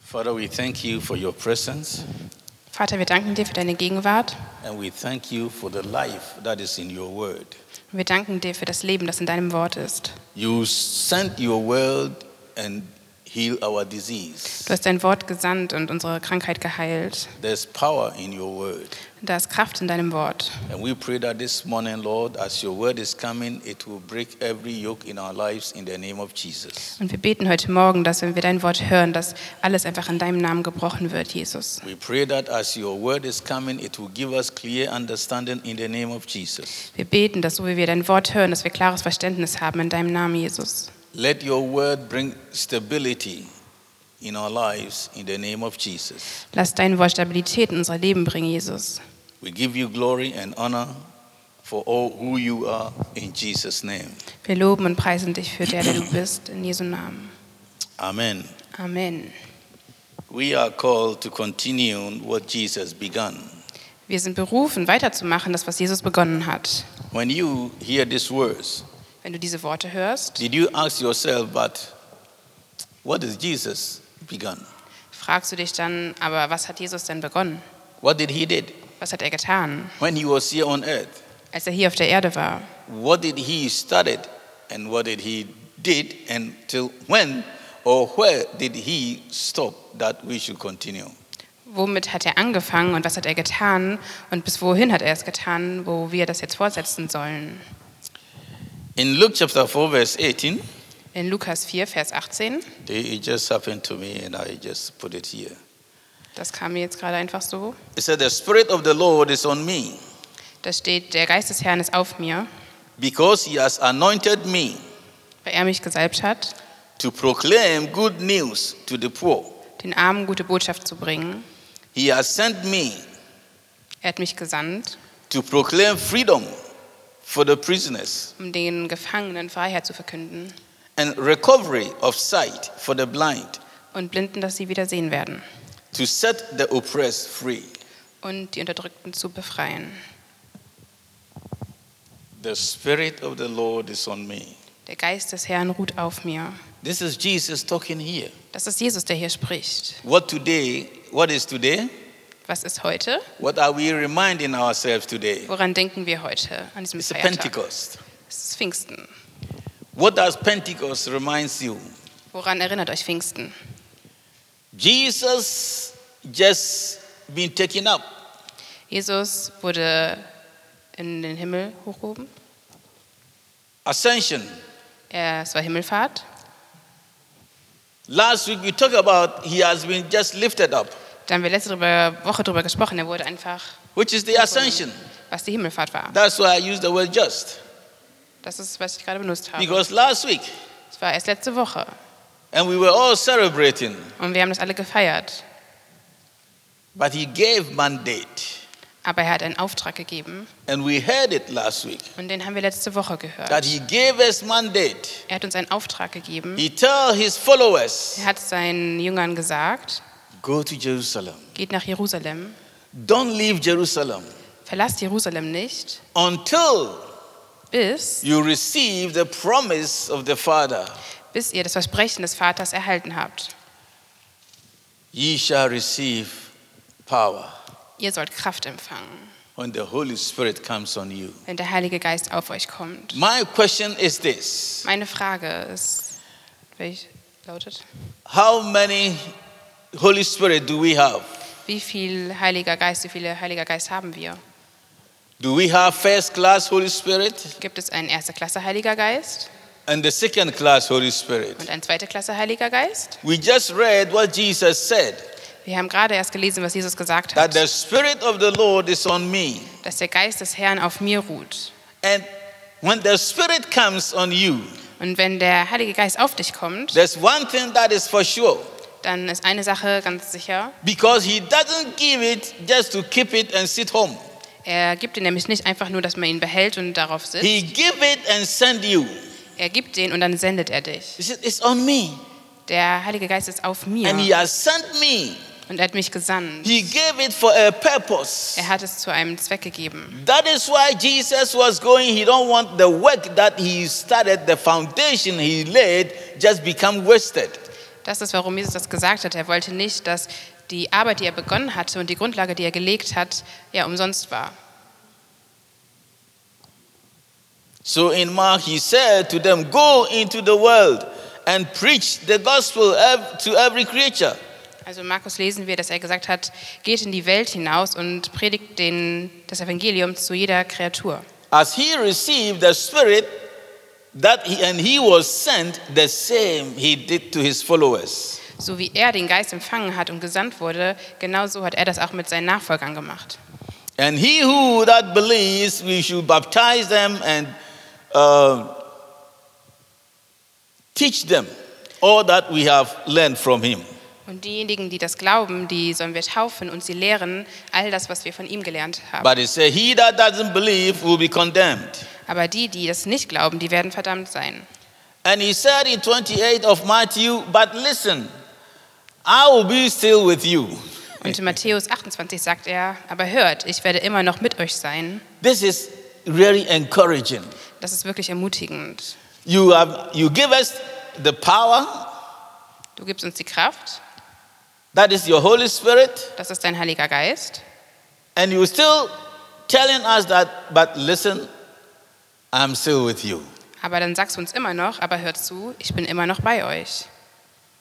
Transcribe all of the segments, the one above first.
Father, we thank you for your presence Vater, wir danken dir für deine Gegenwart. and we thank you for the life that is in your word. Wir danken dir für das Leben, das in deinem Wort ist. You sent your word and heal our disease. Du hast dein Wort gesandt und unsere Krankheit geheilt. There's power in your word. Da ist Kraft in deinem Wort. And we pray that this morning, Lord, as your word is coming, it will break every yoke in our lives in the name of Jesus. Und wir beten heute Morgen, dass wenn wir dein Wort hören, dass alles einfach in deinem Namen gebrochen wird, Jesus. We pray that as your word is coming, it will give us clear understanding in the name of Jesus. Wir beten, dass so wie wir dein Wort hören, dass wir klares Verständnis haben in deinem Namen, Jesus. Let your word bring stability in our lives in the name of Jesus. Lass dein Wort Stabilität in unser Leben bringen, Jesus. We give you glory and honor for all who you are in Jesus' name. Wir loben und preisen dich für der, der du bist, in Jesu Namen. Amen. Amen. We are called to continue what Jesus began. Wir sind berufen, weiterzumachen, das, was Jesus begonnen hat. When you hear these words, Wenn du diese Worte hörst, did you ask yourself, but what is Jesus begun? fragst du dich dann, aber was hat Jesus denn begonnen? What did he did Was hat er getan, when he was here on earth? als er hier auf der Erde war? What did he started and what did he did and till when or where did he stop that we should continue? Womit hat er angefangen und was hat er getan? Und bis wohin hat er es getan, wo wir das jetzt fortsetzen sollen? In Luke chapter 4 verse 18, In Lukas 4, Vers 18, They- It just happened to me, and I just put it here. das kam mir jetzt gerade einfach so, It said, The Spirit of the Lord is on me, da steht, der Geist des Herrn ist auf mir, because He has anointed me weil er mich gesalbt hat, to proclaim good news to the poor. den Armen gute Botschaft zu bringen. He has sent me Er hat mich gesandt, to proclaim freedom for the prisoners um den Gefangenen Freiheit zu verkünden and recovery of sight for the blind, und Blinden, dass sie wieder sehen werden to set the oppressed free. und die Unterdrückten zu befreien. The Spirit of the Lord is on me. Der Geist des Herrn ruht auf mir. This is Jesus talking here. Das ist Jesus, der hier spricht. What today? What is today? Was ist heute? What are we reminding ourselves today? Woran denken wir heute an diesem It's a Feiertag? Pentecost. Es ist Pfingsten. What does Pentecost reminds you? Woran erinnert euch Pfingsten? Jesus just been taken up. Jesus wurde in den Himmel hochgehoben. Ascension. Er- Es war Himmelfahrt. Last week we talked about he has been just lifted up, Da haben wir letzte drüber, Woche drüber gesprochen. Er wurde einfach, which is the ascension. was die Himmelfahrt war. That's why I use the word just. Das ist, was ich gerade benutzt habe. Because last week, Es war erst letzte Woche. and we were all celebrating, Und wir haben das alle gefeiert. but he gave mandate. Aber er hat einen Auftrag gegeben. And we heard it last week Und den haben wir letzte Woche gehört. that he gave us mandate. Er hat uns einen Auftrag gegeben. He tell his followers, Er hat seinen Jüngern gesagt, go to Jerusalem. geht nach Jerusalem, Don't leave Jerusalem verlasst Jerusalem nicht, until bis, you receive the promise of the Father. bis ihr das Versprechen des Vaters erhalten habt. Ye shall receive power Ihr sollt Kraft empfangen, when the Holy Spirit comes on you. wenn der Heilige Geist auf euch kommt. My question is this Meine Frage ist, welch lautet, How many Holy Spirit do we have? wie viel Heiliger Geist, wie viele Heiliger Geist haben wir? Do we have first class Holy Spirit Gibt es einen erste Klasse Heiliger Geist and the second class Holy Spirit? und einen zweite Klasse Heiliger Geist? We just read what Jesus said Wir haben gerade erst gelesen, was Jesus gesagt that hat, the Spirit of the Lord is on me. dass der Geist des Herrn auf mir ruht. And when the Spirit comes on you, Und wenn der Heilige Geist auf dich kommt, there's one thing that is for sure. dann ist eine Sache ganz sicher. Because he doesn't give it just to keep it and sit home. Er gibt den nämlich nicht einfach nur, dass man ihn behält und darauf sitzt. He give it and send you. Er gibt den und dann sendet er dich. He said, It's on me. Der Heilige Geist ist auf mir And he has sent me. und er hat mich gesandt. He gave it for a purpose. Er hat es zu einem Zweck gegeben. That is why Jesus was going. He don't want the work that he started, the foundation he laid, just become wasted. Das ist, warum Jesus das gesagt hat. Er wollte nicht, dass die Arbeit, die er begonnen hatte und die Grundlage, die er gelegt hat, ja umsonst war. So in Mark, he said to them, Go into the world and preach the gospel ev- to every creature. Also in Markus lesen wir, dass er gesagt hat, geht in die Welt hinaus und predigt den, das Evangelium zu jeder Kreatur. As he received the Spirit, that he, and he was sent, the same he did to his followers. So wie er den Geist empfangen hat und gesandt wurde, genau so hat er das auch mit seinen Nachfolgern gemacht. And he who that believes, we should baptize them and uh, teach them all that we have learned from him. Und diejenigen, die das glauben, die sollen wir taufen und sie lehren all das, was wir von ihm gelernt haben. But it said, He that doesn't believe will be condemned. Aber die, die das nicht glauben, die werden verdammt sein. And he said in 28 of Matthew, But listen, I will be still with you. Und in Matthäus 28 sagt er, aber hört, ich werde immer noch mit euch sein. This is really encouraging. Das ist wirklich ermutigend. You, have, you give us the power, Du gibst uns die Kraft, that is your Holy Spirit, das ist dein Heiliger Geist. and you're still telling us that, but listen, I'm still with you. Aber dann sagst du uns immer noch, aber hört zu, ich bin immer noch bei euch.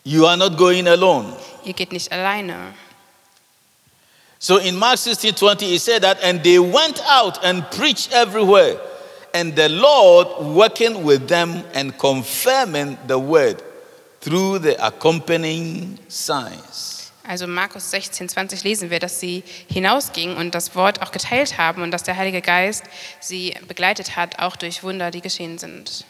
You are not going alone. Ihr geht nicht alleine. So in Mark 16 20, he said that, and they went out and preached everywhere, and the Lord working with them and confirming the word through the accompanying signs. Also in Markus 16, 20 lesen wir, dass sie hinausgingen und das Wort auch geteilt haben und dass der Heilige Geist sie begleitet hat, auch durch Wunder, die geschehen sind.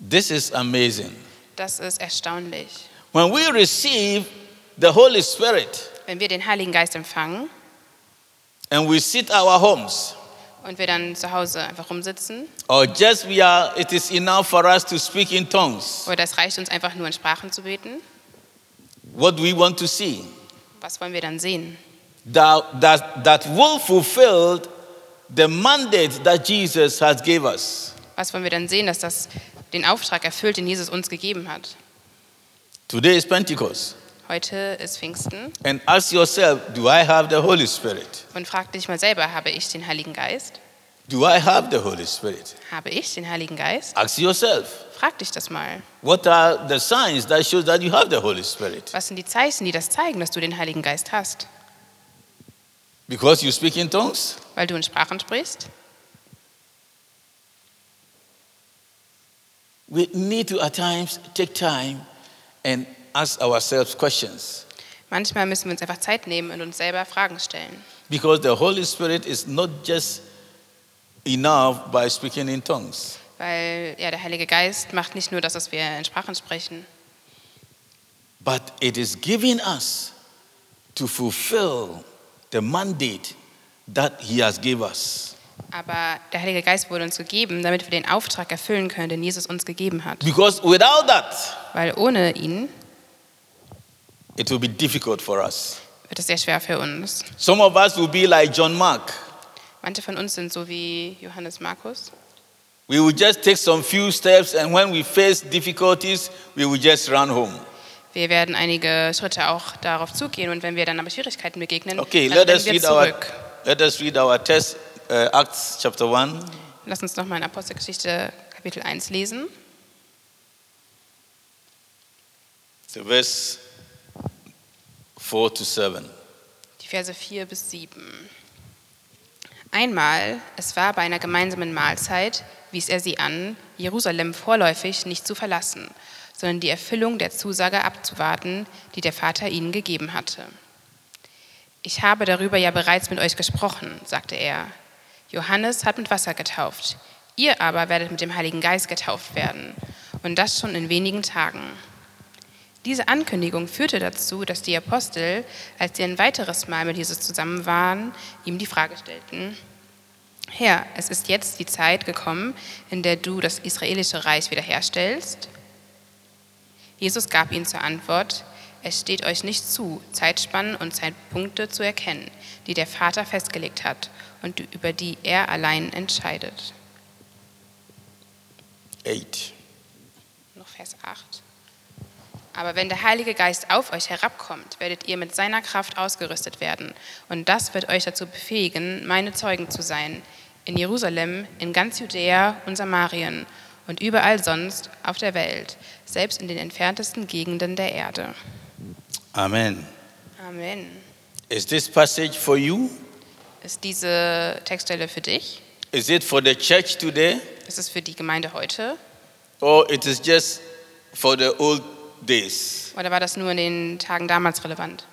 This is amazing. Das ist erstaunlich. When we receive the Holy Spirit Wenn wir den Heiligen Geist empfangen and we sit our homes, und wir dann zu Hause einfach rumsitzen, or just we are, it is enough for us to speak in tongues. oder es reicht uns einfach nur in Sprachen zu beten, What do we want to see? was wollen wir dann sehen? That, that, that will fulfill the mandate that Jesus has gave us. Was wollen wir dann sehen, dass das den Auftrag erfüllt, den Jesus uns gegeben hat? Today is Pentecost. Heute ist Pfingsten And ask yourself, do I have the Holy Spirit? und frag dich mal selber, habe ich den Heiligen Geist? Do I have the Holy Spirit? Habe ich den Heiligen Geist? Ask yourself, Frag dich das mal. what are the signs that shows that you have the Holy Spirit? Was sind die Zeichen, die das zeigen, dass du den Heiligen Geist hast? Because you speak in tongues? Weil du in Sprachen sprichst? We need to at times take time and ask ourselves questions. Manchmal müssen wir uns einfach Zeit nehmen und uns selber Fragen stellen. Because the Holy Spirit is not just enough by speaking in tongues. Weil ja, der Heilige Geist macht nicht nur das, was wir in Sprachen sprechen, But it is giving us to fulfill the mandate that He has gave us. aber der Heilige Geist wurde uns gegeben, damit wir den Auftrag erfüllen können, den Jesus uns gegeben hat. Because without that, Weil ohne ihn it will be difficult for us. wird es sehr schwer für uns. Some of us will be like John Mark. Manche von uns sind so wie Johannes Markus. We will just take some few steps, and when we face difficulties, we will just run home. Wir werden einige Schritte auch darauf zugehen und wenn wir dann aber Schwierigkeiten begegnen, Okay, dann let rennen us wir read our, zurück. let us read our text, uh, Acts chapter 1. Lass uns nochmal in Apostelgeschichte Kapitel 1 lesen. So verse 4 to 7. Die Verse 4 bis 7. Einmal, es war bei einer gemeinsamen Mahlzeit, wies er sie an, Jerusalem vorläufig nicht zu verlassen, sondern die Erfüllung der Zusage abzuwarten, die der Vater ihnen gegeben hatte. Ich habe darüber ja bereits mit euch gesprochen, sagte er. Johannes hat mit Wasser getauft, ihr aber werdet mit dem Heiligen Geist getauft werden, und das schon in wenigen Tagen. Diese Ankündigung führte dazu, dass die Apostel, als sie ein weiteres Mal mit Jesus zusammen waren, ihm die Frage stellten, Herr, es ist jetzt die Zeit gekommen, in der du das israelische Reich wiederherstellst? Jesus gab ihnen zur Antwort, es steht euch nicht zu, Zeitspannen und Zeitpunkte zu erkennen, die der Vater festgelegt hat und über die er allein entscheidet. 8. Noch Vers 8. Aber wenn der Heilige Geist auf euch herabkommt, werdet ihr mit seiner Kraft ausgerüstet werden. Und das wird euch dazu befähigen, meine Zeugen zu sein. In Jerusalem, in ganz Judäa und Samarien und überall sonst auf der Welt, selbst in den entferntesten Gegenden der Erde. Amen. Amen. Is this passage for you? Ist diese Textstelle für dich? Is it for the church today? Ist es für die Gemeinde heute? Or it is just for the old days? Oder war das nur in den Tagen damals relevant?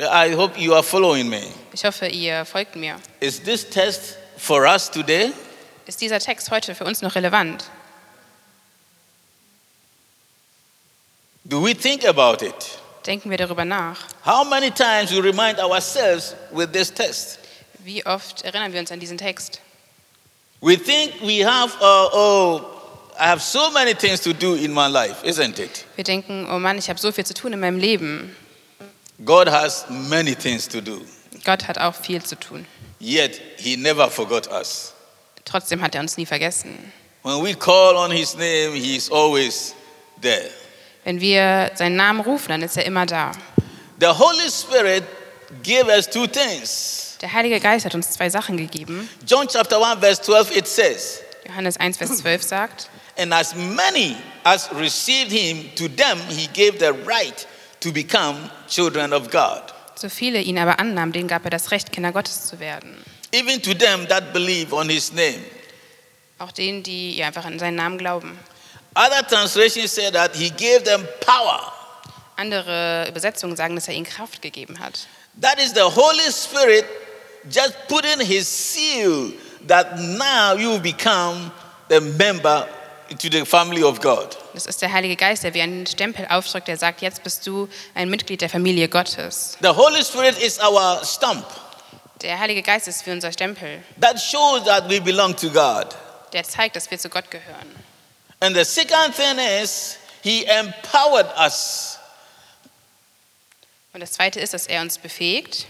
I hope you are following me. Ich hoffe, ihr folgt mir. Is this text for us today? Ist dieser Text heute für uns noch relevant? Do we think about it? Denken wir darüber nach. How many times we remind ourselves with this text? Wie oft erinnern wir uns an diesen Text? We think we have, uh, oh, I have so many things to do in my life, isn't it? Wir denken, oh Mann, ich habe so viel zu tun in meinem Leben. God has many things to do, Gott hat auch viel zu tun. yet He never forgot us. Trotzdem hat er uns nie vergessen. When we call on His name, He is always there. Wenn wir seinen Namen rufen, dann ist er immer da. The Holy Spirit gave us two things. Der Heilige Geist hat uns zwei Sachen gegeben. John chapter 1, verse 12, it says, Johannes 1, Vers 12 sagt, And as many as received Him, to them He gave the right to become children of God, so viele ihn aber annahmen, denen gab er das Recht, Kinder Gottes zu werden. even to them that believe on His name. Auch denen, die ihr einfach an seinen Namen glauben. Other translations say that He gave them power. Andere Übersetzungen sagen, dass er ihnen Kraft gegeben hat. That is the Holy Spirit just putting his seal that now you become the member to the family of God. Das ist der Heilige Geist, der wie einen Stempel aufdrückt, der sagt, jetzt bist du ein Mitglied der Familie Gottes. The Holy Spirit is our stamp Der Heilige Geist ist wie unser Stempel. that shows that we belong to God. Der zeigt, dass wir zu Gott gehören. And the second thing is, he empowered us Und das Zweite ist, dass er uns befähigt,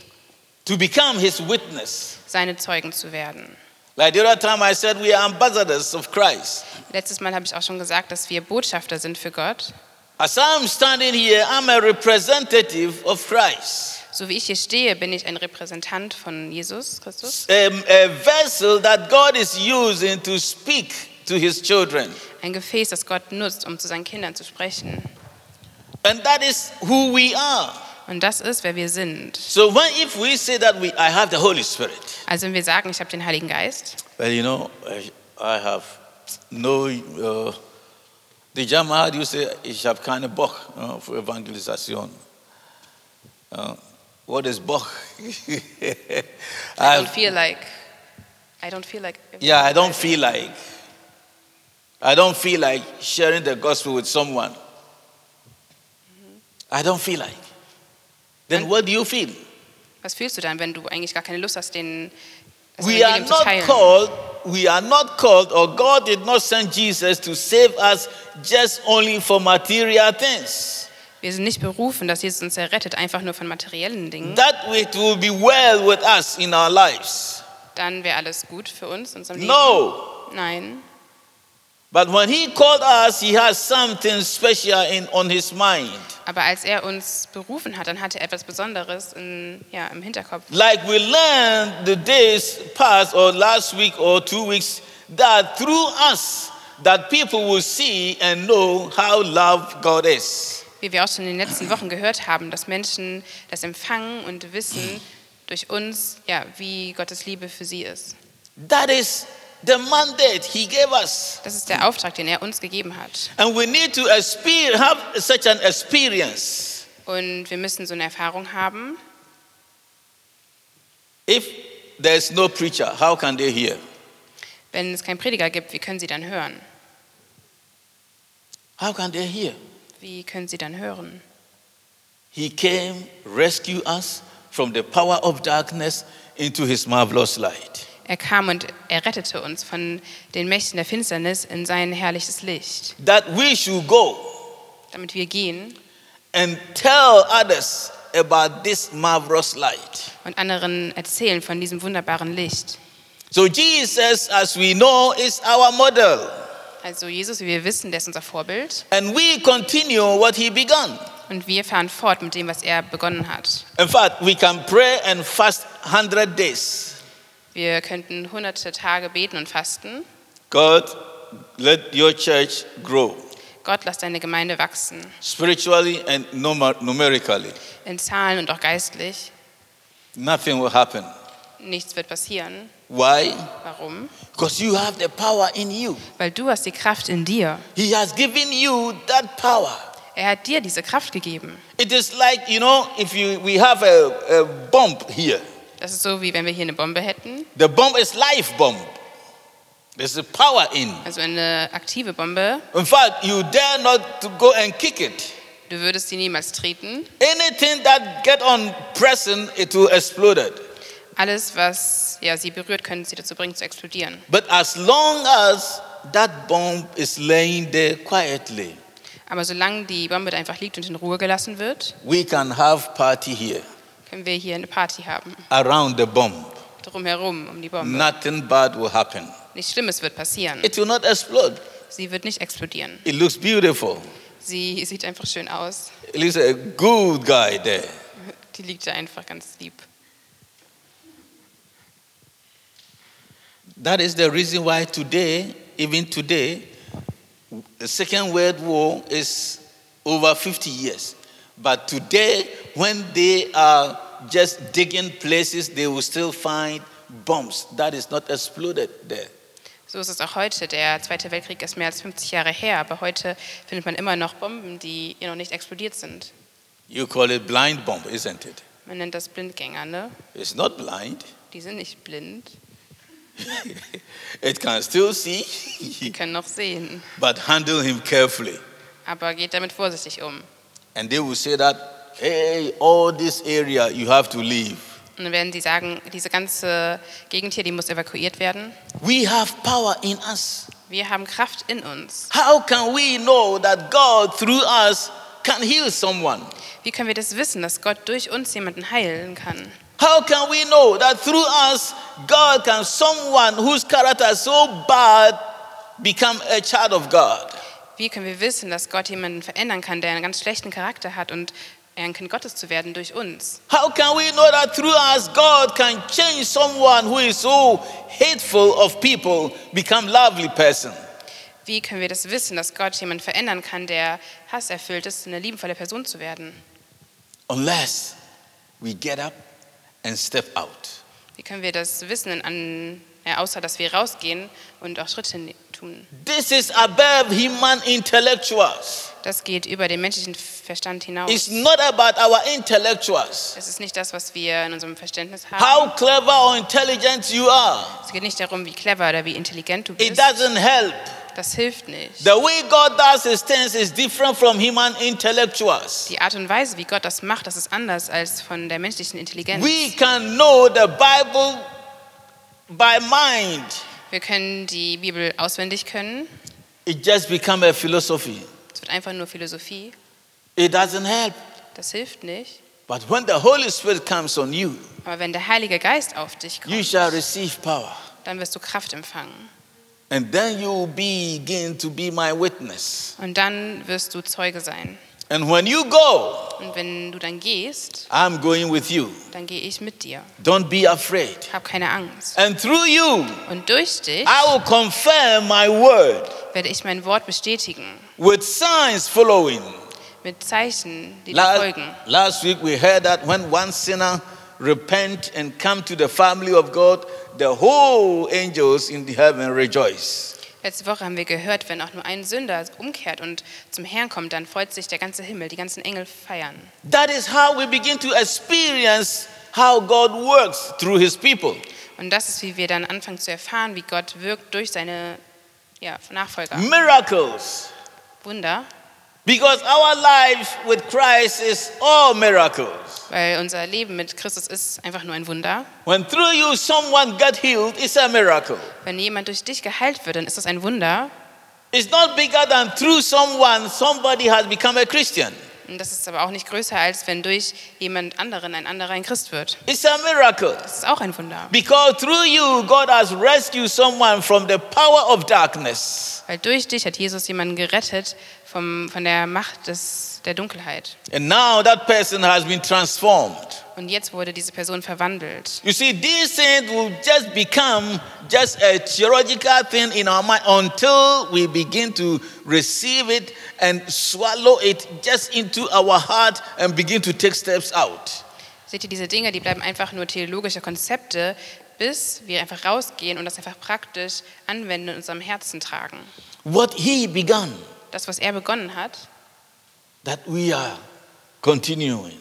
to become his witness. seine Zeugen zu werden. Like the other time I said, we are ambassadors of Christ. Letztes Mal habe ich auch schon gesagt, dass wir Botschafter sind für Gott. As I'm standing here, I'm a representative of Christ. So wie ich hier stehe, bin ich ein Repräsentant von Jesus Christus, um, a vessel that God is using to speak to his children. ein Gefäß, das Gott nutzt, um zu seinen Kindern zu sprechen. And that is who we are. Und das ist, wer wir sind. So when if we say that we I have the Holy Spirit, Also wenn wir sagen, ich habe den Heiligen Geist, well you know I, I have no uh, the German how do you say ich habe keine Bock uh, for evangelization. Uh, what is Bock? I I don't feel like, I don't feel like. yeah, I don't feel like I don't feel like sharing the gospel with someone. I don't feel like. Then And- what do you feel? Was fühlst du dann, wenn du eigentlich gar keine Lust hast, den das We are Evangelium zu not teilen? called, we are not called, or God did not send Jesus to save us just only for material things. Wir sind nicht berufen, dass Jesus uns errettet, einfach nur von materiellen Dingen. That it will be well with us in our lives. Dann wäre alles gut für uns und unserem Leben. No. Nein. But when he called us, he has something special in, on his mind. Aber als er uns berufen hat, dann hatte er etwas Besonderes in, ja, im Hinterkopf. Like we learned the days past, or last week, or two weeks, that through us, that people will see and know how loved God is. Wie wir auch schon in den letzten Wochen gehört haben, dass Menschen das empfangen und wissen durch uns, ja, wie Gottes Liebe für sie ist. That is the mandate He gave us, Das ist der Auftrag, den er uns gegeben hat. and we need to experience, have such an experience. Und wir müssen so eine Erfahrung haben. If there is no preacher, how can they hear? Wenn es keinen Prediger gibt, wie können sie dann hören? How can they hear? Wie können sie dann hören? He came, rescue us from the power of darkness into His marvelous light. Er kam und er rettete uns von den Mächten der Finsternis in sein herrliches Licht, That we should go damit wir gehen and tell others about this marvelous light. und anderen erzählen von diesem wunderbaren Licht. So, Jesus, as we know, is our model. Also Jesus, wie wir wissen, der ist unser Vorbild And we continue what he began. und wir fahren fort mit dem, was er begonnen hat. In fact, we can pray and fast 100 days. Wir könnten hunderte Tage beten und fasten. God, let your church grow Gott, lass deine Gemeinde wachsen, spiritually and numer- numerically. in Zahlen und auch geistlich. Nothing will happen. Nichts wird passieren. Why? Warum? Because you have the power in you. Weil du hast die Kraft in dir. He has given you that power. Er hat dir diese Kraft gegeben. It is like, you know, if you, we have a, a bump here, Das ist so, wie wenn wir hier eine Bombe hätten. the bump is life bump. There's a power in. Also eine aktive Bombe. In fact, you dare not to go and kick it. Du würdest sie niemals treten. Anything that get on pressing, it will explode. it. Alles, was ja, sie berührt, könnte sie dazu bringen, zu explodieren. But as long as that bomb is laying there quietly, Aber solange die Bombe da einfach liegt und in Ruhe gelassen wird, we can have party here können wir hier eine Party haben. around the bomb. Drumherum, um die Bombe. Nothing bad will happen. Nichts Schlimmes wird passieren. It will not explode. Sie wird nicht explodieren. It looks beautiful. Sie sieht einfach schön aus. It looks a good guy there. Die liegt da einfach ganz lieb. That is the reason why today, even today, the Second World War is over 50 years. But today, when they are just digging places, they will still find bombs that is not exploded there. So ist es auch heute. Der Zweite Weltkrieg ist mehr als 50 Jahre her, aber heute findet man immer noch Bomben, die noch nicht explodiert sind. You call it blind bomb, isn't it? Man nennt das Blindgänger, ne? It's not blind. Die sind nicht blind, It can still die see, können noch sehen. but handle him carefully. Aber geht damit vorsichtig um. And they will say that, hey, all this area you have to leave. Und dann werden sie sagen, diese ganze Gegend hier, die muss evakuiert werden. We have power in us. Wir haben Kraft in uns. How can we know that God through us can heal someone? Wie können wir das wissen, dass Gott durch uns jemanden heilen kann? How can we know that through us God can someone whose character is so bad become a child of God? Wie können wir wissen, dass Gott jemanden verändern kann, der einen ganz schlechten Charakter hat und er ein Kind Gottes zu werden durch uns? How can we know that through us God can change someone who is so hateful of people become lovely person? Wie können wir das wissen, dass Gott jemanden verändern kann, der hasserfüllt ist, eine liebevolle Person zu werden? Unless we get up and step out. Wie können wir das wissen, an, ja, außer dass wir rausgehen und auch Schritte ne- tun? This is above human intellectuals. Das geht über den menschlichen Verstand hinaus. It's not about our intellectuals. es ist nicht das, was wir in unserem Verständnis haben. How clever or intelligent you are, Es geht nicht darum, wie clever oder wie intelligent du it bist. doesn't help. Das hilft nicht. The way God does his things is different from human intellectuals. Die Art und Weise, wie Gott das macht, das ist anders als von der menschlichen Intelligenz. We can know the Bible by mind. Wir können die Bibel auswendig können. It just become a philosophy. Es wird einfach nur Philosophie. It doesn't help. Das hilft nicht. But when the Holy Spirit comes on you, Aber wenn der Heilige Geist auf dich you kommt, shall receive power. dann wirst du Kraft empfangen. And then you will begin to be my witness. Und dann wirst du Zeuge sein. And when you go, Und wenn du dann gehst, I'm going with you. dann gehe ich mit dir. Don't be afraid. Hab keine Angst. And through you, Und durch dich I will confirm my word. werde ich mein Wort bestätigen. with signs following. Mit Zeichen, die dir Last, folgen. last week we heard that when one sinner repent and come to the family of God, the whole angels in the heaven rejoice. Letzte Woche haben wir gehört, wenn auch nur ein Sünder umkehrt und zum Herrn kommt, dann freut sich der ganze Himmel, die ganzen Engel feiern. That is how we begin to experience how God works through his people. Und das ist, wie wir dann anfangen zu erfahren, wie Gott wirkt durch seine ja, Nachfolger. Miracles. Wunder, Because our life with Christ is all miracles. weil unser Leben mit Christus ist einfach nur ein Wunder. When through you someone got healed, it's a miracle. Wenn jemand durch dich geheilt wird, dann ist das ein Wunder. It's not bigger than through someone somebody has become a Christian. Und das ist aber auch nicht größer, als wenn durch jemand anderen ein anderer ein Christ wird. It's a miracle. Das ist auch ein Wunder. Because through you, God has rescued someone from the power of darkness Weil durch dich hat Jesus jemanden gerettet vom, von der Macht des, der Dunkelheit. And now that person has been transformed. Und jetzt wurde diese Person verwandelt. You see, these things will just become just a theological thing in our mind until we begin to receive it and swallow it just into our heart and begin to take steps out. Seht ihr, diese Dinge, die bleiben einfach nur theologische Konzepte, bis wir einfach rausgehen und das einfach praktisch anwenden und in unserem Herzen tragen. What he began, Das, was er begonnen hat, that we are continuing.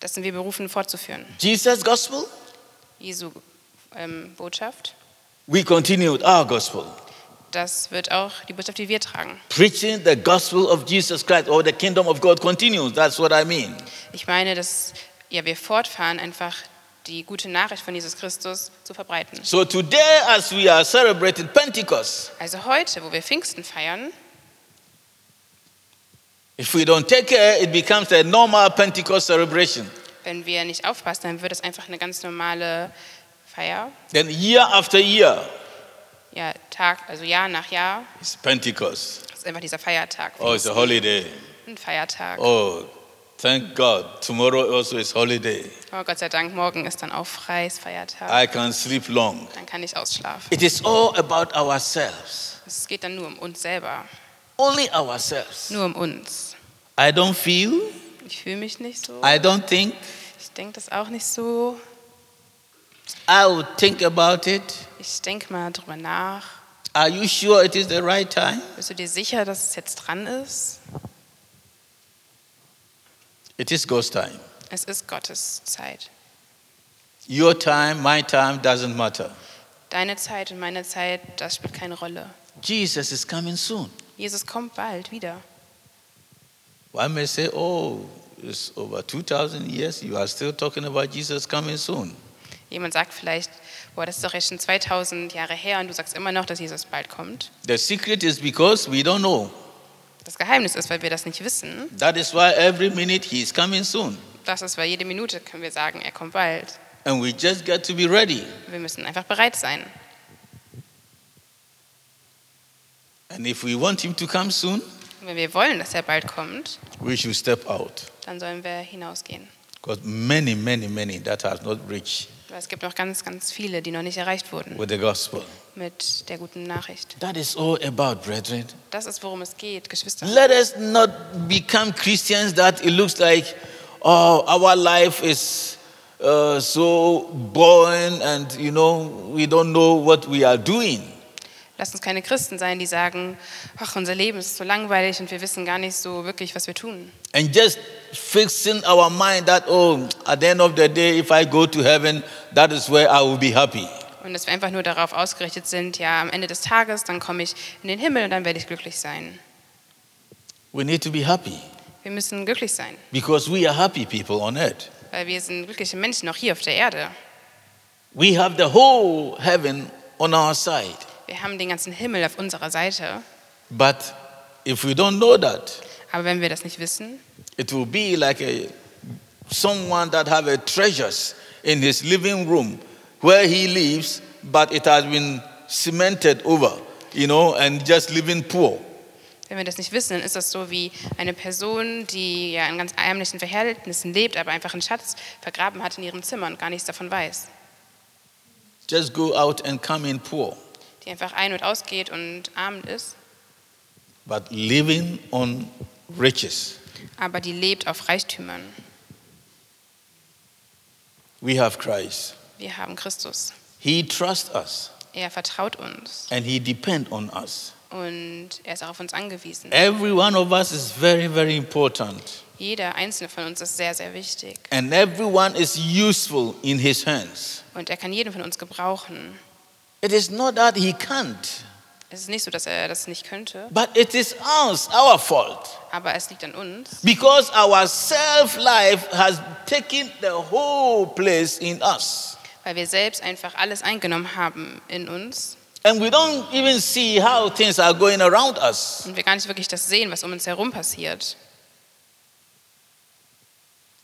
das sind wir berufen fortzuführen. Jesus' gospel, Jesu ähm, Botschaft, we continued our gospel. das wird auch die Botschaft, die wir tragen. Preaching the gospel of Jesus Christ or the kingdom of God continues. That's what I mean. Ich meine, dass ja, wir fortfahren, einfach die gute Nachricht von Jesus Christus zu verbreiten. So today, as we are celebrating Pentecost, Also heute, wo wir Pfingsten feiern, If we don't take care, it becomes a normal Pentecost celebration. wenn wir nicht aufpassen, dann wird es einfach eine ganz normale Feier. Then year after year, Ja, Tag, also Jahr nach Jahr it's Pentecost. ist einfach dieser Feiertag. Oh, it's a Pfingsten, holiday. ein Feiertag. Oh. Oh, thank God. Tomorrow also is holiday. Oh, Gott sei Dank, morgen ist dann auch freies Feiertag. I can sleep long. Dann kann ich ausschlafen. It is all about ourselves. Es geht dann nur um uns selber, Only ourselves. nur um uns. I don't feel. Ich fühle mich nicht so. I don't think. Ich denke das auch nicht so. I will think about it. Ich denke mal drüber nach. Are you sure it is the right time? Bist du dir sicher, dass es jetzt dran ist? It is God's time. Es ist Gottes Zeit. Your time, my time doesn't matter. Deine Zeit und meine Zeit, das spielt keine Rolle. Jesus is coming soon. Jesus kommt bald wieder. One may say, oh, it's over 2,000 years, you are still talking about Jesus coming soon. Jemand sagt vielleicht, boah, das ist doch jetzt schon 2000 Jahre her und du sagst immer noch, dass Jesus bald kommt. The secret is because we don't know. Das Geheimnis ist, weil wir das nicht wissen. That is why every minute he is coming soon. Das ist, weil jede Minute können wir sagen, er kommt bald. And we just got to be ready. Wir müssen einfach bereit sein. And if we want him to come soon, Und wenn wir wollen, dass er bald kommt, we should step out. dann sollen wir hinausgehen. Because many, many, many that has not reached Weil es gibt noch ganz, ganz viele, die noch nicht erreicht wurden with the gospel. mit der guten Nachricht. That is all about, brethren. Das ist, worum es geht, Geschwister. Let us not become Christians that it looks like, oh, our life is uh, so boring and, you know, we don't know what we are doing. Lasst uns keine Christen sein, die sagen, ach, unser Leben ist so langweilig und wir wissen gar nicht so wirklich, was wir tun. And just fixing our mind that, oh, at the end of the day, if I go to heaven, that is where I will be happy. Und dass wir einfach nur darauf ausgerichtet sind, ja, am Ende des Tages, dann komme ich in den Himmel und dann werde ich glücklich sein. We need to be happy Wir müssen glücklich sein, because we are happy people on earth. weil wir sind glückliche Menschen auch hier auf der Erde. We have the whole heaven on our side. Wir haben den ganzen Himmel auf unserer Seite. But if we don't know that, Aber wenn wir das nicht wissen, It will be like a, someone that have a treasures in his living room where he lives, but it has been cemented over, you know, and just living poor. wenn wir das nicht wissen, dann ist das so wie eine Person, die ja in ganz ärmlichen Verhältnissen lebt, aber einfach einen Schatz vergraben hat in ihrem Zimmer und gar nichts davon weiß. Just go out and come in poor, Die einfach ein- und ausgeht und arm ist. but living on riches. aber die lebt auf Reichtümern. We have Christ. Wir haben Christus. He trusts us Er vertraut uns and he depends on us. und er ist auch auf uns angewiesen. Every one of us is very, very important, Jeder einzelne von uns ist sehr, sehr wichtig and everyone is useful in his hands. und er kann jeden von uns gebrauchen. It is not that he can't, Es ist nicht so, dass er das nicht könnte, but it is us, our fault. aber es liegt an uns, Because our self life has taken the whole place in us. weil wir selbst einfach alles eingenommen haben in uns And we don't even see how things are going around us. und wir gar nicht wirklich das sehen, was um uns herum passiert.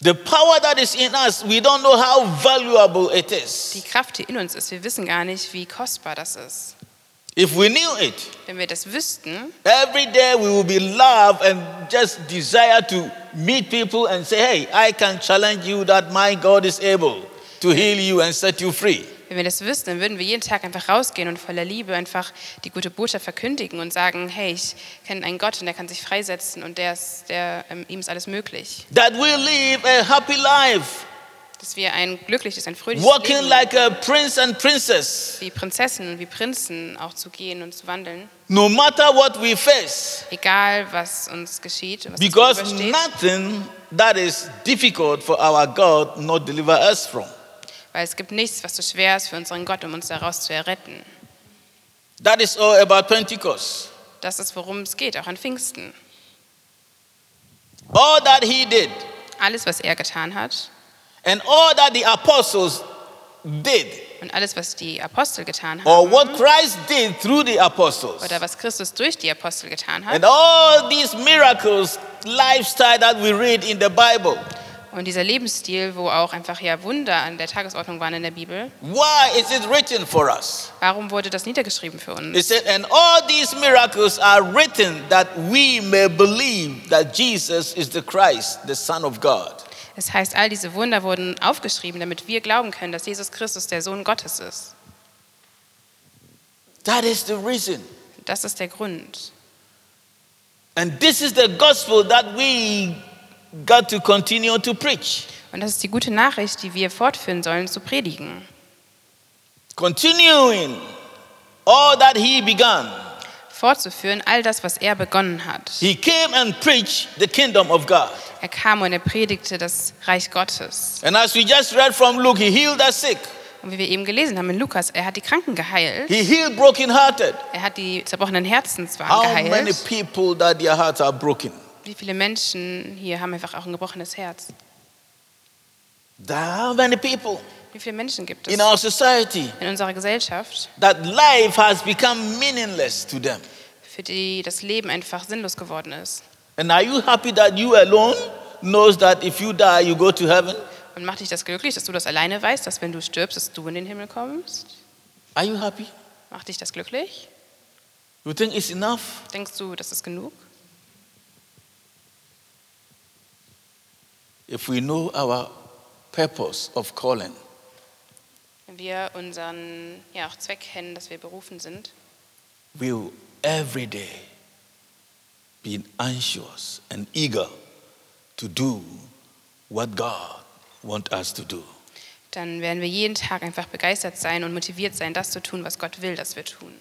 The power that is in us, we don't know how valuable it Die is. Kraft, die in uns ist, wir wissen gar nicht, wie kostbar das ist. If we knew it, Wenn wir das wüssten, every day we will be loved and just desire to meet people and say, hey, I can challenge you that my God is able to heal you and set you free. wenn wir das wüssten, dann würden wir jeden Tag einfach rausgehen und voller Liebe einfach die gute Botschaft verkündigen und sagen, hey, ich kenne einen Gott und der kann sich freisetzen und der ist, der, ähm, ihm ist alles möglich. That we live a happy life, Dass wir ein glückliches, ein fröhliches walking Leben like a prince and princess, wie Prinzessinnen und wie Prinzen auch zu gehen und zu wandeln, no matter what we face, egal was uns geschieht und was because uns übersteht, nothing that is difficult for our God not deliver us from. weil es gibt nichts, was zu schwer ist für unseren Gott, um uns daraus zu erretten. That is all about Pentecost. Das ist, worum es geht, auch an Pfingsten. all that he did Alles, was er getan hat and all that the apostles did und alles, was die Apostel getan or haben what Christ did through the apostles oder was Christus durch die Apostel getan and hat all these miracles lifestyle that we read in the Bible und dieser Lebensstil, wo auch einfach ja Wunder an der Tagesordnung waren in der Bibel, why is it written for us warum wurde das niedergeschrieben für uns? it said and all these miracles are written that we may believe that Jesus is the Christ the son of God Es heißt, all diese Wunder wurden aufgeschrieben, damit wir glauben können, dass Jesus Christus der Sohn Gottes ist. that is the reason Das ist der Grund. and this is the gospel that we got to continue to preach Und das ist die gute Nachricht, die wir fortführen sollen zu predigen. continuing all that he began. Fortzuführen all das, was er begonnen hat. He came and preached the kingdom of God. Er kam und er predigte das Reich Gottes. And as we just read from Luke, he healed the sick, Und wie wir eben gelesen haben in Lukas, er hat die Kranken geheilt. he healed brokenhearted. Er hat die zerbrochenen Herzen zwar How many geheilt. people that their hearts are broken? Wie viele Menschen hier haben einfach auch ein gebrochenes Herz? There are many people Wie viele Menschen gibt es in our society in unserer Gesellschaft, that life has become meaningless to them. für die das Leben einfach sinnlos geworden ist? And are you happy that you alone knows that if you die, you go to heaven? Und macht dich das glücklich, dass du das alleine weißt, dass wenn du stirbst, dass du in den Himmel kommst? Are you happy? Macht dich das glücklich? You think it's enough? Denkst du, das ist genug? If we know our purpose of calling, Wenn wir unseren ja, auch Zweck kennen, dass wir berufen sind, will every day be anxious and eager to do what God wants us to do. dann werden wir jeden Tag einfach begeistert sein und motiviert sein, das zu tun, was Gott will, dass wir tun.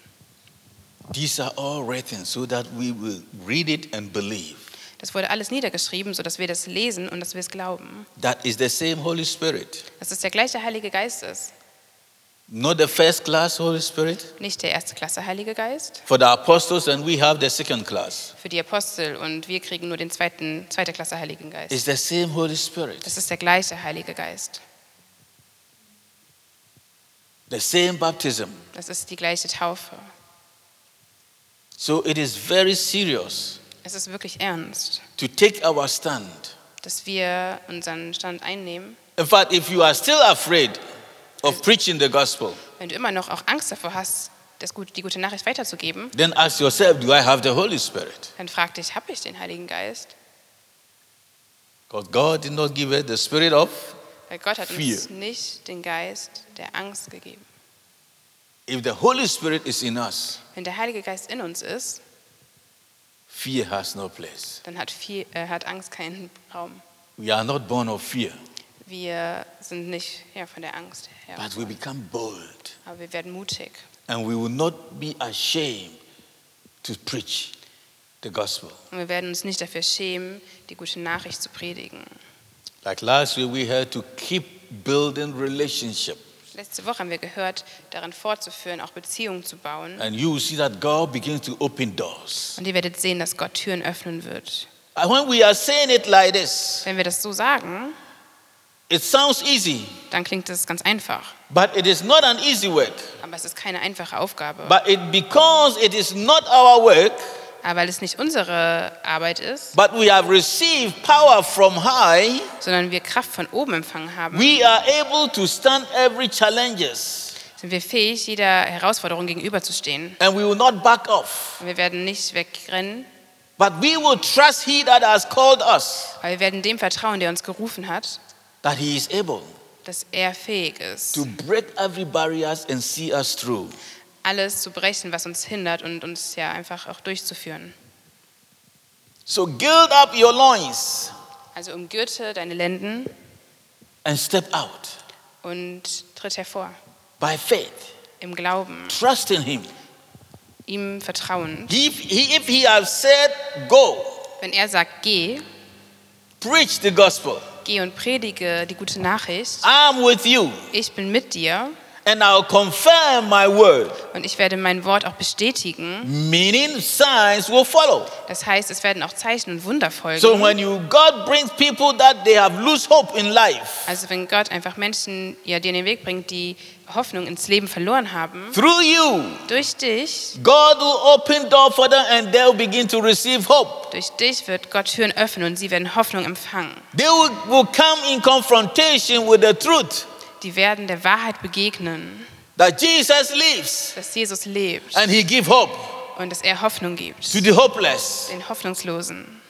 These are all written so that we will read it and believe. Das wurde alles niedergeschrieben, sodass wir das lesen und dass wir es glauben. That is the same Holy Spirit, Dass es der gleiche Heilige Geist ist. not the first class Holy Spirit Nicht der erste Klasse Heilige Geist for the apostles, and we have the second class. für die Apostel und wir kriegen nur den zweiten, zweite Klasse Heiligen Geist. It's the same Holy Spirit, Das ist der gleiche Heilige Geist. the same baptism. Das ist die gleiche Taufe. So it is very serious Es ist wirklich ernst, to take our stand. dass wir unseren Stand einnehmen. In fact, if you are still afraid of preaching the gospel, Wenn du immer noch auch Angst davor hast, das gut, die gute Nachricht weiterzugeben, Then ask yourself, do I have the Holy Spirit? dann frag dich, habe ich den Heiligen Geist? Because God did not give us the spirit of. Weil Gott hat uns Fear. nicht den Geist der Angst gegeben. If the Holy Spirit is in us, Wenn der Heilige Geist in uns ist, fear has no place. dann hat, viel, äh, hat Angst keinen Raum. We are not born of fear, Wir sind nicht ja, von der Angst her, but we become bold aber wir werden mutig. and we will not be ashamed to preach the gospel. Und wir werden uns nicht dafür schämen, die gute Nachricht zu predigen. Like last week, we had to keep building relationship. Letzte Woche haben wir gehört, daran fortzuführen, auch Beziehungen zu bauen. And you will see that God begins to open doors. Und ihr werdet sehen, dass Gott Türen öffnen wird. And when we are saying it like this, Wenn wir das so sagen, it sounds easy, dann klingt das ganz einfach. but it is not an easy work. Aber es ist keine einfache Aufgabe. But it because it is not our work, Aber weil es nicht unsere Arbeit ist, but we have received power from high, sondern wir Kraft von oben empfangen haben, we are able to stand every challenges sind wir fähig, jeder Herausforderung gegenüberzustehen. and we will not back off. Wir werden nicht wegrennen, But we will trust he that has called us aber wir werden dem vertrauen, der uns gerufen hat, that he is able dass er fähig ist, to break every barriers and see us through. alles zu brechen, was uns hindert und uns ja einfach auch durchzuführen. So gild up your loins Also umgürte deine Lenden and step out und tritt hervor by faith, im Glauben, trust in him. ihm vertrauend. He, he, if he has said go, Wenn er sagt, geh, preach the gospel. geh und predige die gute Nachricht, I'm with you ich bin mit dir and I'll confirm my word. und ich werde mein Wort auch bestätigen. Meaning signs will follow. Das heißt, es werden auch Zeichen und Wunder folgen. So when you God brings people that they have loose hope in life also wenn Gott einfach Menschen ja, dir in den Weg bringt, die Hoffnung ins Leben verloren haben, through you, durch dich, God will open door for them and they'll begin to receive hope. durch dich wird Gott Türen öffnen und sie werden Hoffnung empfangen. They will, will come in confrontation with the truth Die werden der Wahrheit begegnen, that Jesus lives dass Jesus lebt and he give hope und dass er Hoffnung gibt, to the hopeless. den Hoffnungslosen.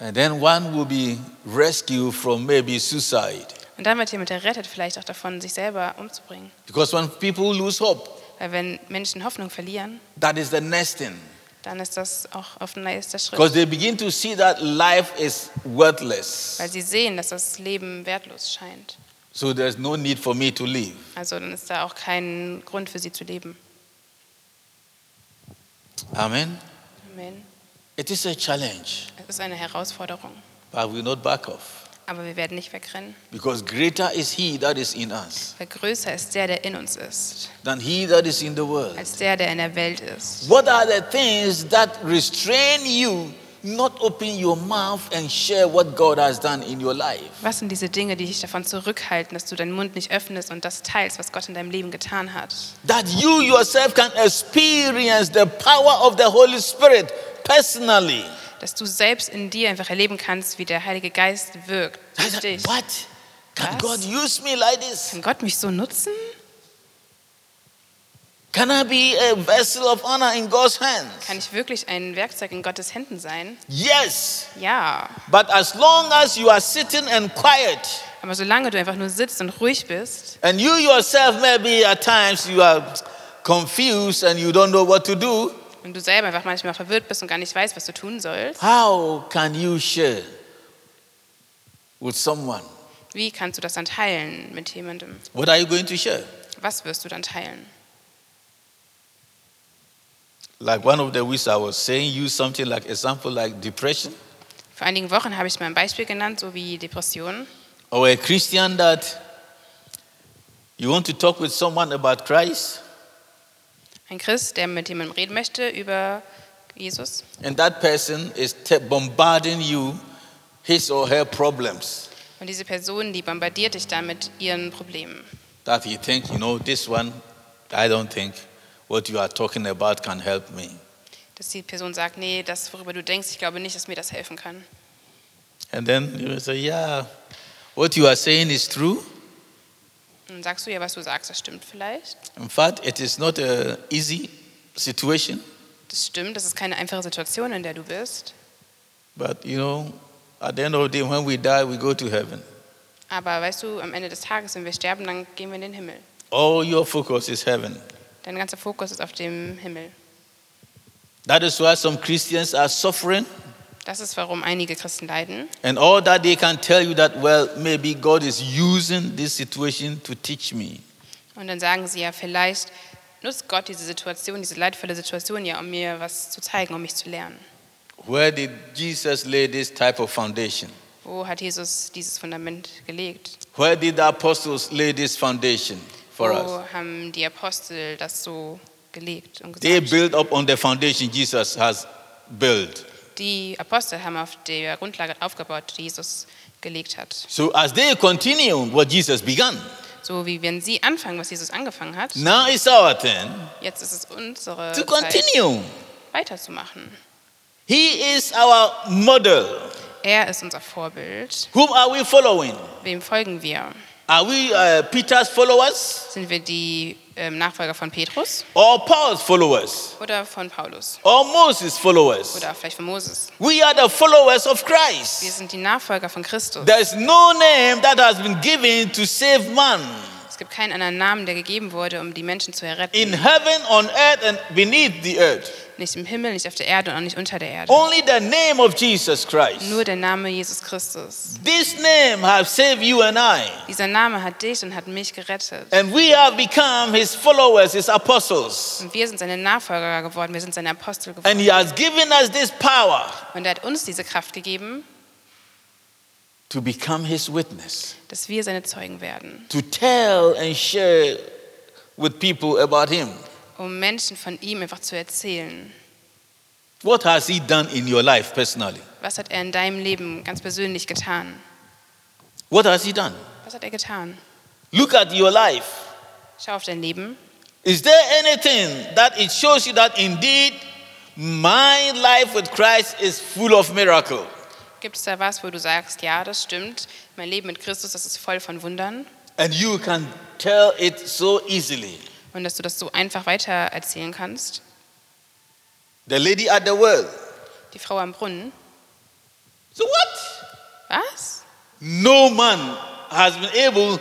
And then one will be rescued from maybe suicide. Und dann wird jemand errettet, vielleicht auch davon, sich selber umzubringen. Because when people lose hope, Weil wenn Menschen Hoffnung verlieren, that is the next thing. dann ist das auch auf ein nächster Schritt. Because they begin to see that life is worthless. Weil sie sehen, dass das Leben wertlos scheint. So there's no need for me to live. Also dann ist da auch kein Grund für sie zu leben. Amen. Amen. It is a challenge, Es ist eine Herausforderung, but we will not back off. aber wir werden nicht wegrennen, Because greater is he that is in us weil größer ist der, der in uns ist, than he that is in the world. als der, der in der Welt ist. What are the things that restrain you not open your mouth and share what God has done in your life? Was sind diese Dinge, die dich davon zurückhalten, dass du deinen Mund nicht öffnest und das teilst, was Gott in deinem Leben getan hat? That you yourself can experience the power of the Holy Spirit personally. Dass du selbst in dir einfach erleben kannst, wie der Heilige Geist wirkt. Durch dich. What? Can Us? God use me like this? Kann Gott mich so nutzen? Can I be a vessel of honor in God's Kann hands? ich wirklich ein Werkzeug in Gottes Händen sein? Yes. Ja. But as long as you are sitting and quiet, Aber solange du einfach nur sitzt und ruhig bist and you yourself maybe at times you are confused and you don't know what to do, und du selber einfach manchmal verwirrt bist und gar nicht weißt, was du tun sollst, how can you share with someone? wie kannst du das dann teilen mit jemandem? What are you going to share? Was wirst du dann teilen? Like one of the weeks I was saying, use something like example like depression Vor einigen Wochen habe ich mal ein Beispiel genannt, so wie Depressionen. or a Christian that you want to talk with someone about Christ Ein Christ, der mit jemandem reden möchte über Jesus and that person is te- bombarding you his or her problems. und diese Person, die bombardiert dich dann mit ihren Problemen. that you think, you know, this one, I don't think what you are talking about can help me. Dass die Person sagt, nee, das, worüber du denkst, ich glaube nicht, dass mir das helfen kann. And then you will say, yeah, what you are saying is true. Und dann sagst du ja, was du sagst, das stimmt vielleicht. In fact, it is not an easy situation, Das stimmt, das ist keine einfache Situation, in der du bist. but you know, at the end of the day, when we die, we go to heaven. Aber weißt du, am Ende des Tages, wenn wir sterben, dann gehen wir in den Himmel. All your focus is heaven. Dein ganzer Fokus ist auf dem Himmel. That is why some Christians are suffering, Das ist, warum einige Christen leiden. and all that they can tell you that, well, maybe God is using this situation to teach me. Und dann sagen sie ja, vielleicht nutzt Gott diese Situation, diese leidvolle Situation ja, um mir was zu zeigen, um mich zu lernen. Where did Jesus lay this type of foundation? Wo hat Jesus dieses Fundament gelegt? Where did the apostles lay this foundation for Wo us? haben die Apostel das so gelegt und They gesagt? built up on the foundation Jesus has built. Die Apostel haben auf der Grundlage aufgebaut, die Jesus gelegt hat. So as they continue what Jesus began, So wie wenn sie anfangen, was Jesus angefangen hat, Now it's our turn jetzt ist es unsere to Zeit, continue. weiterzumachen. He is our model. Er ist unser Vorbild. Whom are we following? Wem folgen wir? Are we uh, Peter's followers Sind wir die ähm, Nachfolger von Petrus or Paul's followers oder von Paulus? or Moses' followers? Oder vielleicht von Moses? We are the followers of Wir Christ. sind die Nachfolger von Christus. There is no name that has been given to save man Es gibt keinen anderen Namen, der gegeben wurde, um die Menschen zu erretten. in heaven, on earth, and beneath the earth. Nicht im Himmel, nicht auf der Erde und auch nicht unter der Erde. Only the name of Jesus Christ. Nur der Name Jesus Christus. This name has saved you and I. Dieser Name hat dich und hat mich gerettet. And we have become his followers, his apostles. Und wir sind seine Nachfolger geworden, wir sind seine Apostel And geworden. he has given us this power Und er hat uns diese Kraft gegeben, to become his witness, dass wir seine Zeugen werden, to tell and share with people about him. um Menschen von ihm einfach zu erzählen. What has he done in your life personally? Was hat er in deinem Leben ganz persönlich getan? What has he done? Was hat er getan? Look at your life. Schau auf dein Leben. Is there anything that it shows you that indeed my life with Christ is full of miracle? Gibt es da was, wo du sagst, ja, das stimmt, mein Leben mit Christus, das ist voll von Wundern? And you can tell it so easily. Und dass du das so einfach weiter erzählen kannst? The lady at the well. Die Frau am Brunnen. So what? Was? No man has been able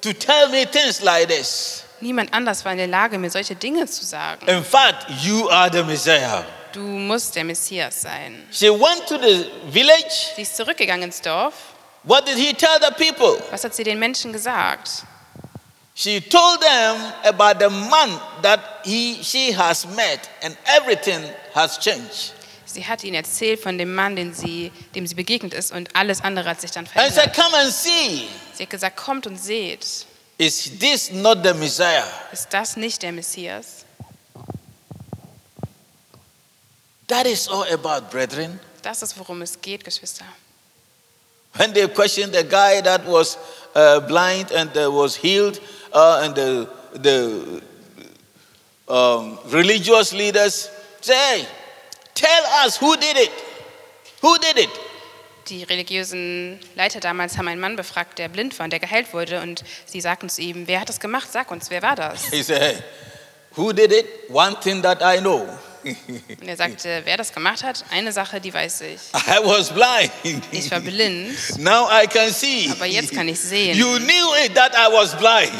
to tell me things like this. Niemand anders war in der Lage, mir solche Dinge zu sagen. In fact, you are the Messiah. Du musst der Messias sein. She went to the village. Sie ist zurückgegangen ins Dorf. What did he tell the people? Was hat sie den Menschen gesagt? She told them about the man that he, she has met, and everything has changed. Sie hat ihnen erzählt von dem Mann, den sie, dem sie begegnet ist und alles andere hat sich dann And said, verändert. Come and see. Sie hat gesagt, kommt und seht. Is this not the Messiah? Ist das nicht der Messias? That is all about, brethren. Das ist, worum es geht, Geschwister. When they questioned the guy that was uh, blind and uh, was healed, uh, and the, the um, religious leaders say, "Hey, tell us who did it. Who did it? Die religiösen Leiter damals haben einen Mann befragt, der blind war und der geheilt wurde. Und sie sagten zu ihm, wer hat das gemacht? Sag uns, wer war das? He said, hey, who did it? One thing that I know. Und er sagte, wer das gemacht hat, eine Sache, die weiß ich. I was blind. Ich war blind. now I can see. Aber jetzt kann ich sehen. You knew it that I was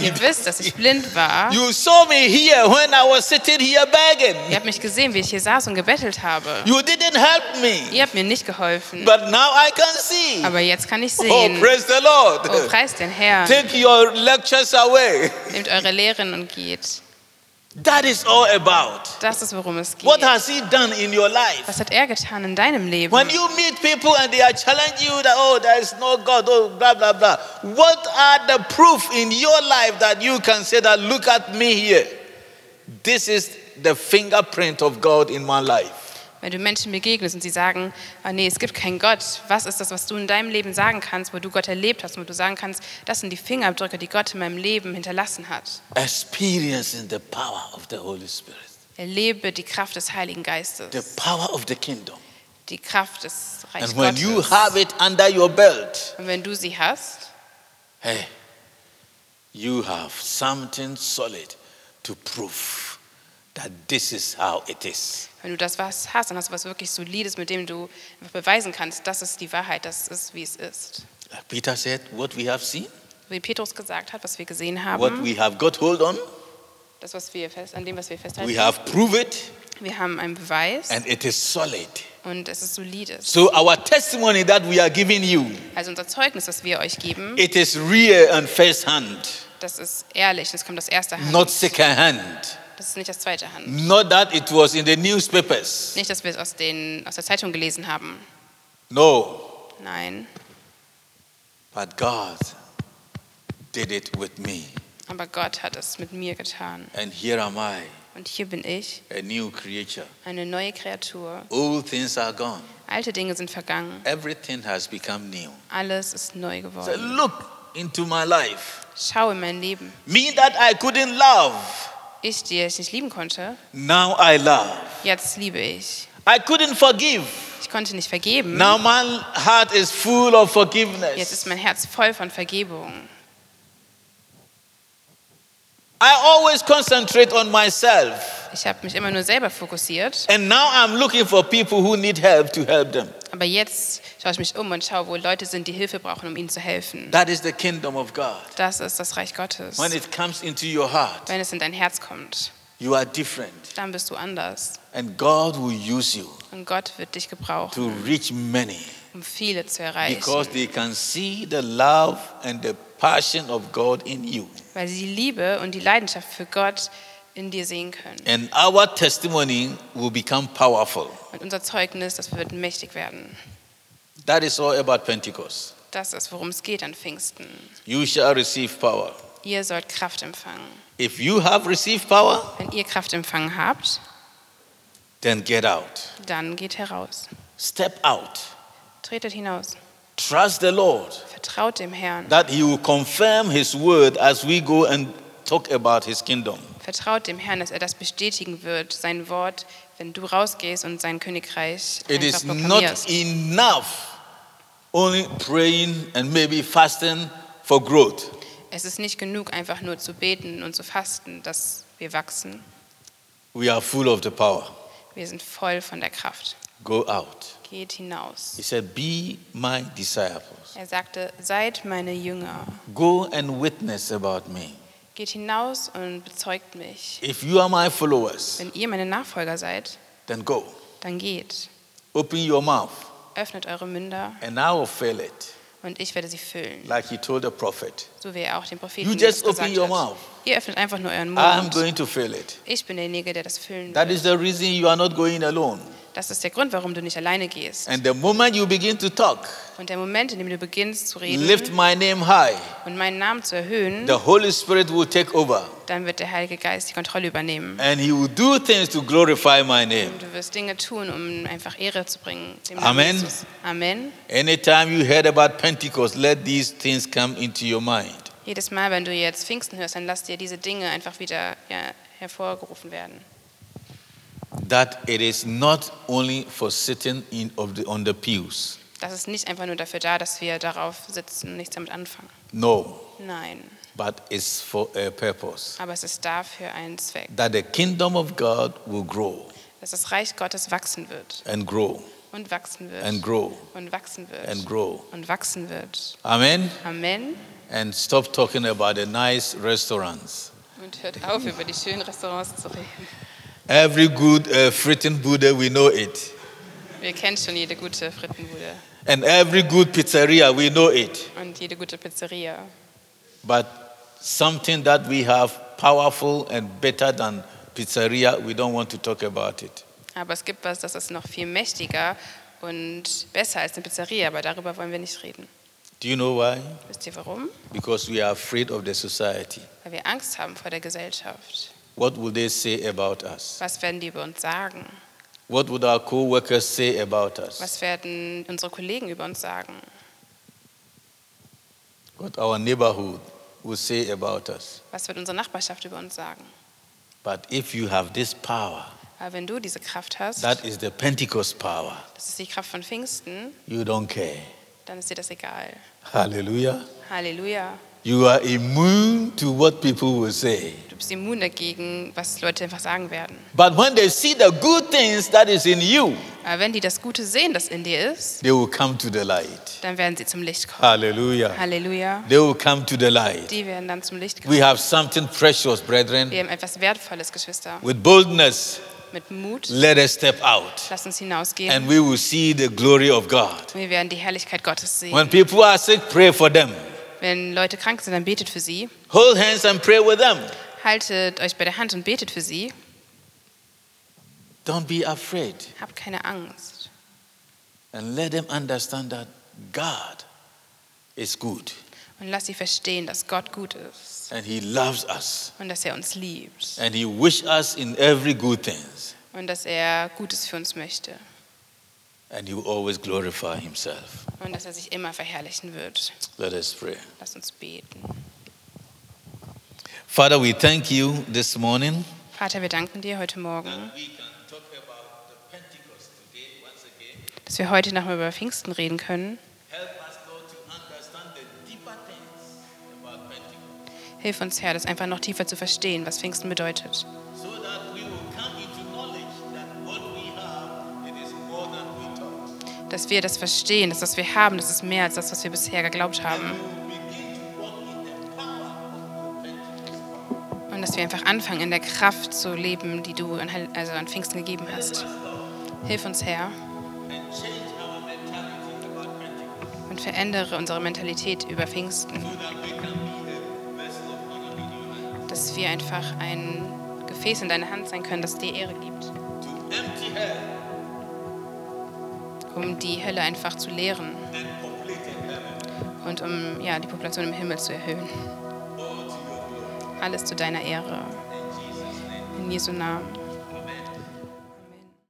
Ihr blind. wisst, dass ich blind war. You saw me here when I was sitting here Ihr begging. habt mich gesehen, wie ich hier saß und gebettelt habe. You didn't help me. Ihr habt mir nicht geholfen. But now I can see. Aber jetzt kann ich Oh, sehen. praise the Lord. Oh, preis den Herrn. Take your lectures away. Nehmt eure Lehren und geht. That is all about. Das ist, worum es geht. What has He done in your life? Was hat er getan in deinem Leben? When you meet people and they are challenging you that, oh, there is no God, oh, blah, blah, blah. What are the proof in your life that you can say that, look at me here? This is the fingerprint of God in my life. Wenn du Menschen begegnest und sie sagen, ah, nee, es gibt keinen Gott. Was ist das, was du in deinem Leben sagen kannst, wo du Gott erlebt hast, wo du sagen kannst, das sind die Fingerabdrücke, die Gott in meinem Leben hinterlassen hat. Experiencing the power of the Holy Spirit, Erlebe die Kraft des Heiligen the Geistes, power of the kingdom. die Kraft des And Reiches when you Gottes. have it under your belt, Und wenn du sie hast, Hey, you have something solid to prove that this is how it is. wenn du das was hast, dann hast du was wirklich Solides, mit dem du einfach beweisen kannst, das ist die Wahrheit, das ist, wie es ist. Like Peter said, what we have seen, Wie Petrus gesagt hat, was wir gesehen what haben, we have got hold on, das, was wir fest, an dem, was wir we festhalten, have proved it, wir haben einen Beweis and it is solid. und es ist solides. So our testimony that we are giving you, Also unser Zeugnis, das wir euch geben, it is real and first hand, das ist ehrlich, das kommt aus erster Hand. not second hand. Das ist nicht aus zweiter Hand. Not that it was in the newspapers. Nicht, dass wir es aus, den, aus der Zeitung gelesen haben. No, Nein, but God did it with me, aber Gott hat es mit mir getan. and here am I, Und hier bin ich, a new creature. eine neue Kreatur. Old things are gone. Alte Dinge sind vergangen. Everything has become new. Alles ist neu So geworden. look into my life. Schau in mein Leben. Me that I couldn't love, Ich, die ich nicht lieben konnte, now I love. jetzt liebe ich. I couldn't forgive. Ich konnte nicht vergeben, Now my heart is full of jetzt forgiveness. ist mein Herz voll von Vergebung. I always concentrate on myself. Ich habe mich immer nur selber fokussiert, And now I'm looking for people who need help to help them. aber jetzt schaue ich mich um und schaue, wo Leute sind, die Hilfe brauchen, um ihnen zu helfen. That is the kingdom of God. Das ist das Reich Gottes. When it comes into your heart, Wenn es in dein Herz kommt, you are different. dann bist du anders. And God will use you Und Gott wird dich gebrauchen, to reach many um viele zu erreichen, because they can see the love and the passion of God in you. weil sie die Liebe und die Leidenschaft für Gott in dir sehen können. And our testimony will become powerful. Und unser Zeugnis, das wird mächtig werden. That is all about Pentecost. Das ist, worum es geht an Pfingsten. You shall receive power. Ihr sollt Kraft empfangen. If you have received power, Wenn ihr Kraft empfangen habt, then get out. dann geht heraus. Step out. Tretet hinaus. Trust the Lord Vertraut dem Herrn. that He will confirm His word as we go and talk about His kingdom. Vertraut dem Herrn, dass er das bestätigen wird, sein Wort, wenn du rausgehst und sein Königreich It is einfach not proklamierst. enough only praying and maybe fasting for growth. Es ist nicht genug, einfach nur zu beten und zu fasten, dass wir wachsen. We are full of the power. Wir sind voll von der Kraft. Go out. Geht hinaus. He said, Be my disciples. Er sagte, seid meine Jünger. Go and witness about me. Geht hinaus und bezeugt mich. If you are my followers, Wenn ihr meine Nachfolger seid, then go. dann geht. Open your mouth, Öffnet eure Münder and I will fill it, und ich werde sie füllen. like He told the prophet. So wie er auch den Propheten You just das open gesagt your hat. mouth. Ihr öffnet einfach nur euren I'm Mund. going to fill it. Ich bin derjenige, der das füllen That wird. is the reason you are not going alone. Das ist der Grund, warum du nicht alleine gehst. And the moment you begin to talk, Und der Moment, in dem du beginnst zu reden lift my name high, und meinen Namen zu erhöhen, the Holy Spirit will take over dann wird der Heilige Geist die Kontrolle übernehmen. and He will do things to glorify my name. Und du wirst Dinge tun, um einfach Ehre zu bringen. Dem Amen. Namen Jesus. Amen. Anytime you heard about Pentecost, let these things come into your mind. Jedes Mal, wenn du jetzt Pfingsten hörst, dann lass dir diese Dinge einfach wieder ja, hervorgerufen werden. That it is not only for sitting in, of the, on the pews. Das ist nicht einfach nur dafür da, dass wir darauf sitzen und nichts damit anfangen. No, Nein, but it's for a purpose. aber es ist da für einen Zweck, That the kingdom of God will grow dass das Reich Gottes wachsen wird and grow und wachsen wird and grow und wachsen wird and grow. und wachsen wird. Amen. Amen. And stop talking about the nice restaurants. Und hört auf, über die schönen Restaurants zu reden. Every good uh, fritting Buddha, we know it. Wir kennen schon jede gute Frittenbude And every good pizzeria, we know it. und jede gute Pizzeria. But something that we have powerful and better than pizzeria, we don't want to talk about it. Aber es gibt was, das ist noch viel mächtiger und besser als eine Pizzeria, aber darüber wollen wir nicht reden. Do you know why? Wisst ihr warum? Because we are afraid of the society. Weil wir Angst haben vor der Gesellschaft. What will they say about us? Was werden die über uns sagen? What would our co workers say about us? Was werden unsere Kollegen über uns sagen? What our neighborhood will say about us? Was wird unsere Nachbarschaft über uns sagen? But if you have this power, Aber wenn du diese Kraft hast, that is the Pentecost power, das ist die Kraft von Pfingsten, you don't care. dann ist dir das egal. Hallelujah. Halleluja. You are immune to what people will say. Du bist immun dagegen, was Leute einfach sagen werden. But when they see the good things that is in you, Aber wenn die das Gute sehen, das in dir ist, they will come to the light. dann werden sie zum Licht kommen. Hallelujah. Halleluja. They will come to the light. Die werden dann zum Licht kommen. We have something precious, brethren. Wir haben etwas Wertvolles, Geschwister. With boldness, Mit Mut, let us step out lass uns hinausgehen. and we will see the glory of God. Wir werden die Herrlichkeit Gottes When sehen. people are sick, pray for them. Wenn Leute krank sind, dann betet für sie. Hold hands and pray with them. Haltet euch bei der Hand und betet für sie. Don't be afraid Habt keine Angst. and let them understand that God is good Und lasst sie verstehen, dass Gott gut ist and He loves us und dass er uns liebt and He wish us in every good things. und dass er Gutes für uns möchte. and he will always glorify himself. und dass er sich immer verherrlichen wird. Let us pray. Lass uns beten. Father, we thank you this morning. Vater, wir danken dir heute Morgen, we can talk about the Pentecost today once again. dass wir heute nochmal über Pfingsten reden können. Help us, Lord, to understand the deeper things about Pentecost Hilf uns, Herr, das einfach noch tiefer zu verstehen, was Pfingsten bedeutet. so that we will come into knowledge that what we have it is more than we thought. Dass wir das verstehen, dass was wir haben, das ist mehr als das, was wir bisher geglaubt haben. Und dass wir einfach anfangen, in der Kraft zu leben, die du an, Heil- also an Pfingsten gegeben hast. Hilf uns, Herr. Und verändere unsere Mentalität über Pfingsten. Dass wir einfach ein Gefäß in deiner Hand sein können, das dir Ehre gibt. Um die Hölle einfach zu leeren. Und um ja, die Population im Himmel zu erhöhen. Alles zu deiner Ehre. In Jesu Namen.